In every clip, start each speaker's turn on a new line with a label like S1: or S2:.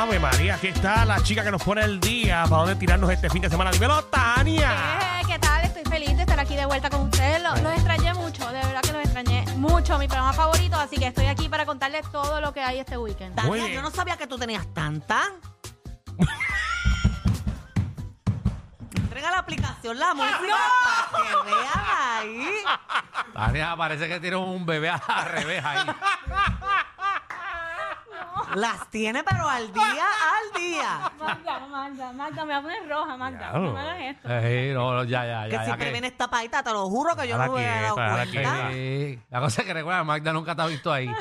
S1: Ave María, aquí está la chica que nos pone el día para dónde tirarnos este fin de semana. Dímelo, Tania.
S2: Eh, ¿Qué tal? Estoy feliz de estar aquí de vuelta con ustedes. Lo- Los, extrañé mucho, de verdad que los extrañé mucho. Mi programa favorito, así que estoy aquí para contarles todo lo que hay este weekend.
S1: Muy
S3: Tania,
S1: bien.
S3: yo no sabía que tú tenías tanta. Entrega la aplicación, la música, para que vean ahí.
S4: Tania, Ah, parece que tiene un bebé al revés ahí.
S3: Las tiene, pero al día, al día.
S2: Magda, Magda, Magda, me va a poner roja, Magda.
S1: Claro. no me hagas
S4: Eh, no, no, ya, ya,
S3: Que
S4: ya. ya
S3: siempre vienes tapadita, te lo juro que yo
S1: Ahora
S3: no me hubiera dado
S1: quieta, ahora
S3: cuenta.
S1: quieta.
S4: Sí. La cosa es que recuerda, Magda nunca te ha visto ahí.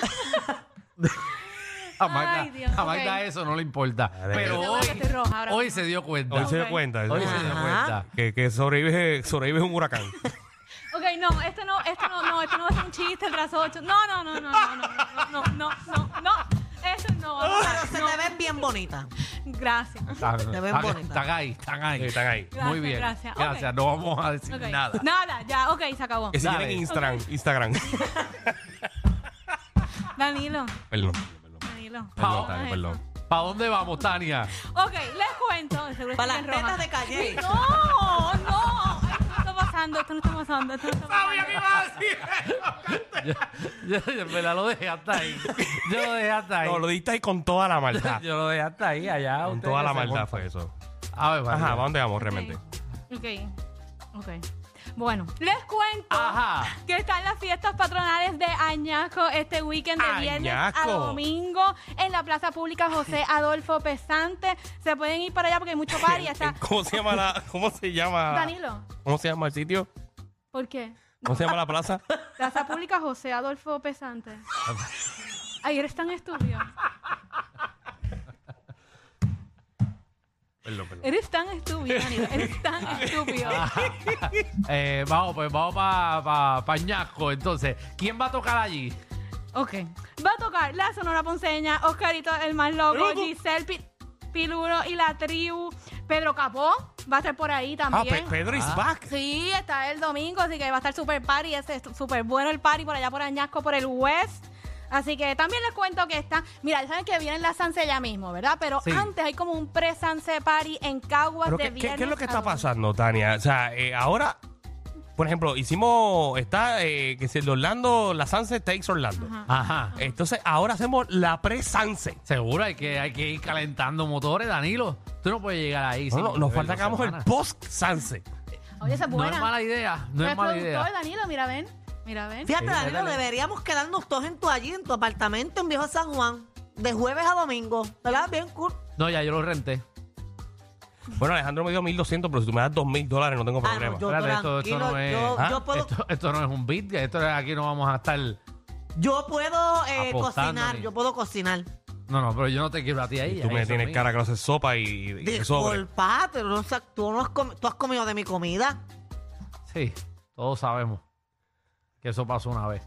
S4: A Magda,
S2: Ay, Dios,
S4: a Magda
S2: ok.
S4: eso no le importa.
S1: Dale.
S4: Pero
S2: Yo creo
S4: hoy,
S2: que estoy roja ahora
S4: hoy
S2: mismo.
S4: se dio cuenta.
S1: Hoy se dio
S2: Ok.
S1: cuenta.
S4: Hoy se dio
S3: Ajá.
S4: cuenta.
S1: Que, que sobrevive, sobrevive un huracán.
S2: Ok, no, este no, este no, no, este no va a ser un chiste, el brazo ocho. No, no, no, no, no, no, no, no, no, no. Eso no, vamos a-
S3: Pero se
S2: no.
S3: te ven bien bonita.
S2: Gracias.
S4: Están,
S3: ven
S4: están-
S3: bonita.
S4: están ahí, están ahí.
S1: Sí, están ahí.
S4: Muy
S2: Gracias,
S4: bien.
S2: gracias. Ok.
S4: No vamos a decir
S2: Ok.
S4: nada.
S2: Nada, ya, ok, se acabó.
S1: Ese
S4: Dale.
S1: tiene Instagram. Instagram.
S2: Danilo,
S1: perdón, perdón.
S2: Danilo.
S4: Pao.
S2: no hagas
S1: Perdón.
S2: eso.
S4: ¿Para dónde vamos, Tania?
S2: Ok, les cuento. Seguro
S3: Para
S2: estoy bien
S3: las
S2: roja.
S3: tetas de calle.
S2: No, no. Ay, Esto no está pasando, esto no está pasando. Esto no está pasando.
S4: yo, yo- yo en verdad lo dejé hasta ahí. Yo lo dejé hasta ahí.
S1: No, lo diste ahí con toda la maldad.
S4: Yo lo dejé hasta ahí, allá.
S1: con
S4: ustedes
S1: toda la
S4: que se
S1: maldad
S4: montan.
S1: fue eso.
S4: A ver,
S1: Ajá,
S4: María.
S1: ¿para dónde vamos realmente?
S2: Ok, ok. ok. Bueno, les cuento
S4: Ajá.
S2: que están las fiestas patronales de Añasco este weekend de viernes a
S1: Añasco.
S2: domingo en la Plaza Pública José Adolfo Pesante. Se pueden ir para allá porque hay mucho party. Está...
S1: ¿Cómo se llama la, cómo se llama?
S2: Danilo,
S1: ¿Cómo se llama el sitio?
S2: ¿por qué?
S1: ¿Cómo se llama la plaza?
S2: Plaza Pública José Adolfo Pesante. Ayer están estúpido.
S1: Perdón, perdón.
S2: Eres tan estúpido, Danilo. Eres tan estúpido.
S4: Eh, vamos, pues vamos para pa, pa Ñasco. Entonces, ¿quién va a tocar allí?
S2: Ok. Va a tocar la Sonora Ponceña, Oscarito el más loco, Giselle Pi- Piluro y la tribu. Pedro Capó va a estar por ahí
S1: Ah,
S2: también.
S1: Pe- Pedro is
S4: Ah.
S1: back.
S2: Sí, está el domingo, así que va a estar super party, ese es super bueno el party por allá por Añasco, por el West. Así que también les cuento que está, mira, saben que vienen la Sanse ya mismo, ¿verdad? Pero
S4: Sí.
S2: antes hay como un pre-Sanse party en Caguas
S1: Pero ¿qué,
S2: Pues de
S1: qué- qué es
S2: viernes
S1: lo que
S2: a
S1: está
S2: domingo.
S1: pasando, Tania? O sea, eh, ahora, por ejemplo, hicimos, está, eh, que si el de Orlando, la Sunset takes Orlando.
S4: Ajá.
S1: Entonces, ahora hacemos la pre-Sunset.
S4: Seguro hay que, hay que ir calentando motores, Danilo. Tú no puedes llegar ahí.
S1: No,
S4: sin
S1: no, nos
S4: beber
S1: falta
S4: dos
S1: que hagamos el
S4: semanas.
S1: post-Sunset.
S2: Oye, esa es
S4: No
S2: buena.
S4: es mala idea. No
S2: Pero
S4: es
S3: Pues,
S4: mala
S2: productor,
S4: idea.
S2: Danilo, mira, ven. Mira, ven.
S3: Fíjate,
S4: Sí,
S3: Danilo,
S4: dale.
S3: deberíamos quedarnos todos en tu allí, en tu apartamento en Viejo San Juan, de jueves a domingo. ¿Verdad? Bien cool.
S4: No, ya yo lo renté.
S1: Bueno, Alejandro me dio 1.200, pero si tú me das 2.000 dólares no tengo
S3: Ah, no,
S1: problema.
S3: Yo
S4: Espérate, esto, esto
S3: tranquilo,
S4: no es.
S3: yo-
S4: ¿Ah?
S3: yo puedo-
S4: esto, esto no es un beat. Esto es- aquí no vamos a estar. No,
S3: Yo puedo eh,
S4: Apostándome.
S3: cocinar, yo puedo cocinar.
S4: no, pero yo no te quiero a ti ahí.
S1: Y tú
S4: ahí,
S1: me
S4: eso
S1: tienes
S4: es
S1: cara que no haces sopa y, y que sobre.
S3: Disculpa, pero no sa- tú, no has comi- tú has comido de mi comida.
S4: mío. Sí, todos sabemos que eso pasó una vez.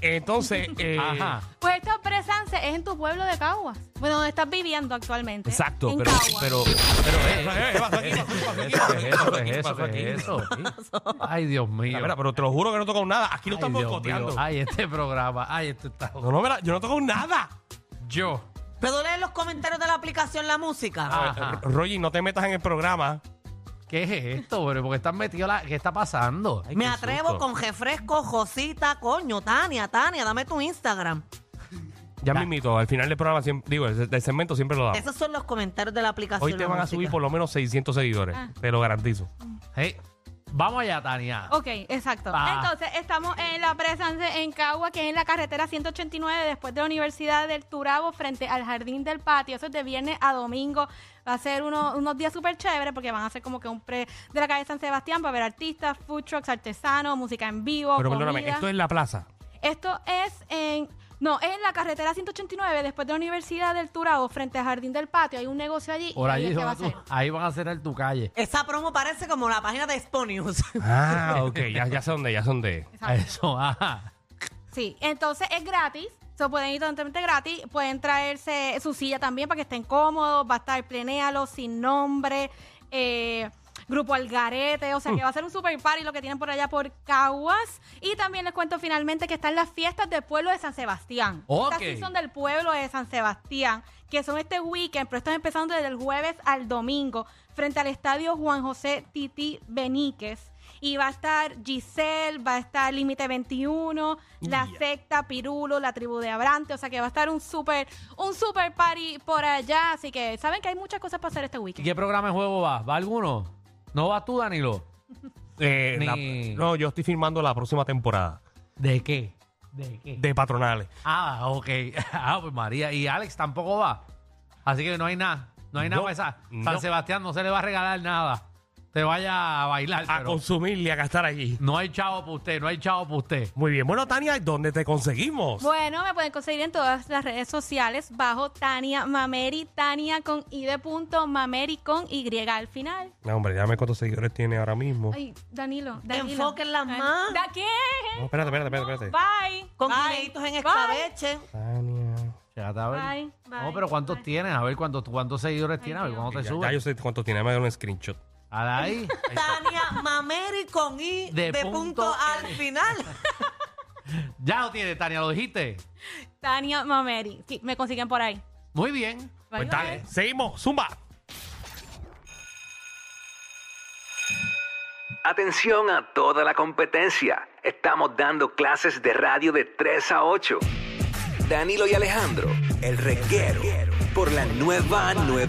S1: Entonces, eh,
S4: Ajá.
S2: Pues esta presanse es en tu pueblo de Caguas. Bueno, donde estás viviendo actualmente.
S1: exacto,
S2: En
S1: pero,
S2: Caguas.
S1: pero, eh,
S4: eh, ¿Qué es eso? ¿Qué es eso? ¿Qué es eso? Ay, Dios mío.
S1: Mira, pero te lo juro que no he tocado nada. Aquí no
S4: Ay,
S1: estamos
S4: Dios mío.
S1: coteando.
S4: Ay, este programa. Ay, esto está.
S1: No, no, mira, yo no he tocado nada.
S4: Yo.
S3: ¿Puedo leer los comentarios de la aplicación la música?
S4: Ajá.
S1: R- Roger, no te metas en el programa.
S4: ¿Qué es esto, bro? Porque están metidos la. ¿Qué está pasando?
S3: Me atrevo con refresco, Josita, coño, Tania, Tania, dame tu Instagram.
S1: Ya
S4: Va.
S1: me invito. Al final del programa, siempre, digo, del del segmento siempre lo damos.
S3: Esos son los comentarios de la aplicación
S1: Ah. Hoy te
S3: la
S1: van a
S3: música.
S1: subir por lo menos 600 seguidores.
S2: Ah.
S1: Te lo garantizo.
S4: Hey, vamos allá, Tania.
S2: Ok, exacto.
S4: Ah.
S2: Entonces, estamos en la presanse en Caguas, que es en la carretera 189, después de la Universidad del Turabo, frente al Jardín del Patio. Eso es de viernes a domingo. Va a ser uno- unos días súper chéveres, porque van a ser como que un pre de la calle San Sebastián para ver artistas, food trucks, artesanos, música en vivo.
S1: Pero
S2: comida.
S1: perdóname, esto es la plaza.
S2: Esto es en. No, es en la carretera 189, después de la Universidad del Turabo, frente al Jardín del Patio. Hay un negocio allí.
S4: Por
S2: y ahí
S4: allí
S2: es que
S4: son
S2: va a
S4: a
S2: ser.
S4: tu- ahí van a cerrar tu calle.
S3: Esa promo parece como la página de Expo News.
S1: Ah, ok, ya, ya sé dónde, ya sé dónde.
S2: Exacto.
S4: Eso, ah, ajá.
S2: Sí, entonces es gratis. So, pueden ir totalmente gratis. Pueden traerse su silla también para que estén cómodos. Va a estar plenéalo, sin nombre. Eh, Grupo Algarete, o sea que va a ser un super party lo que tienen por allá por Caguas. Y también les cuento finalmente que están las fiestas del pueblo de San Sebastián.
S4: Ok.
S2: Estas sí son del pueblo de San Sebastián, que son este weekend, pero están empezando desde el jueves al domingo, frente al estadio Juan José Titi Beníquez. Y va a estar Giselle, va a estar Límite 21, La
S1: Ya.
S2: Secta, Pirulo, La Tribu de Abrante. O sea que va a estar un super, un super party por allá. Así que saben que hay muchas cosas para hacer este
S4: ¿Y
S2: weekend.
S4: qué programa de juego va? ¿Va alguno? ¿No vas tú, Danilo?
S1: Eh, la-
S4: Ni-
S1: no, yo estoy filmando la próxima temporada
S4: ¿De qué? ¿De qué?
S1: de Patronales.
S4: Ah, ok. Ah, pues María. Y Alex tampoco va. Así que no hay nada. No hay nada
S1: No,
S4: para esa. San
S1: no.
S4: Sebastián no se le va a regalar nada. Te vaya a bailar.
S1: A
S4: pero
S1: consumir y a gastar allí.
S4: No hay chavo para usted, no hay chavo para usted.
S1: Muy bien. Bueno, Tania, ¿dónde te conseguimos?
S2: Bueno, me pueden conseguir en todas las redes sociales bajo Tania Mameri, Tania con I de punto, Mameri con Y al final.
S1: No, hombre, dame cuántos seguidores tiene ahora mismo.
S2: Ay, Danilo, Danilo.
S3: Enfóquenla
S2: Ay,
S3: más.
S2: ¿Da qué?
S1: No, espérate, espérate,
S2: No,
S1: espérate, espérate.
S2: Bye.
S3: Con
S2: Bye.
S3: guineitos en
S2: Bye.
S3: escabeche.
S1: Tania.
S4: Fíjate, a ver.
S2: Bye, bye,
S4: no, pero ¿cuántos
S2: bye.
S4: tienes? A ver cuántos, cuántos seguidores
S2: Ay,
S4: tienes, a ver
S2: Dios.
S4: cuándo te
S1: Ya, ya
S4: subes.
S1: yo sé cuántos tiene, me da un screenshot.
S4: A la ahí.
S3: Tania Mameri con I
S4: De
S3: de,
S4: punto
S3: punto, al final.
S4: ya lo tienes, Tania, lo dijiste.
S2: Tania Mameri. Sí, me consiguen por ahí.
S4: Muy bien.
S2: Bye,
S1: Pues
S2: bye.
S1: dale, seguimos, zumba.
S5: Atención a toda la competencia. Estamos dando clases de radio de 3 a 8. Danilo y Alejandro, el reguero, por la nueva nueva.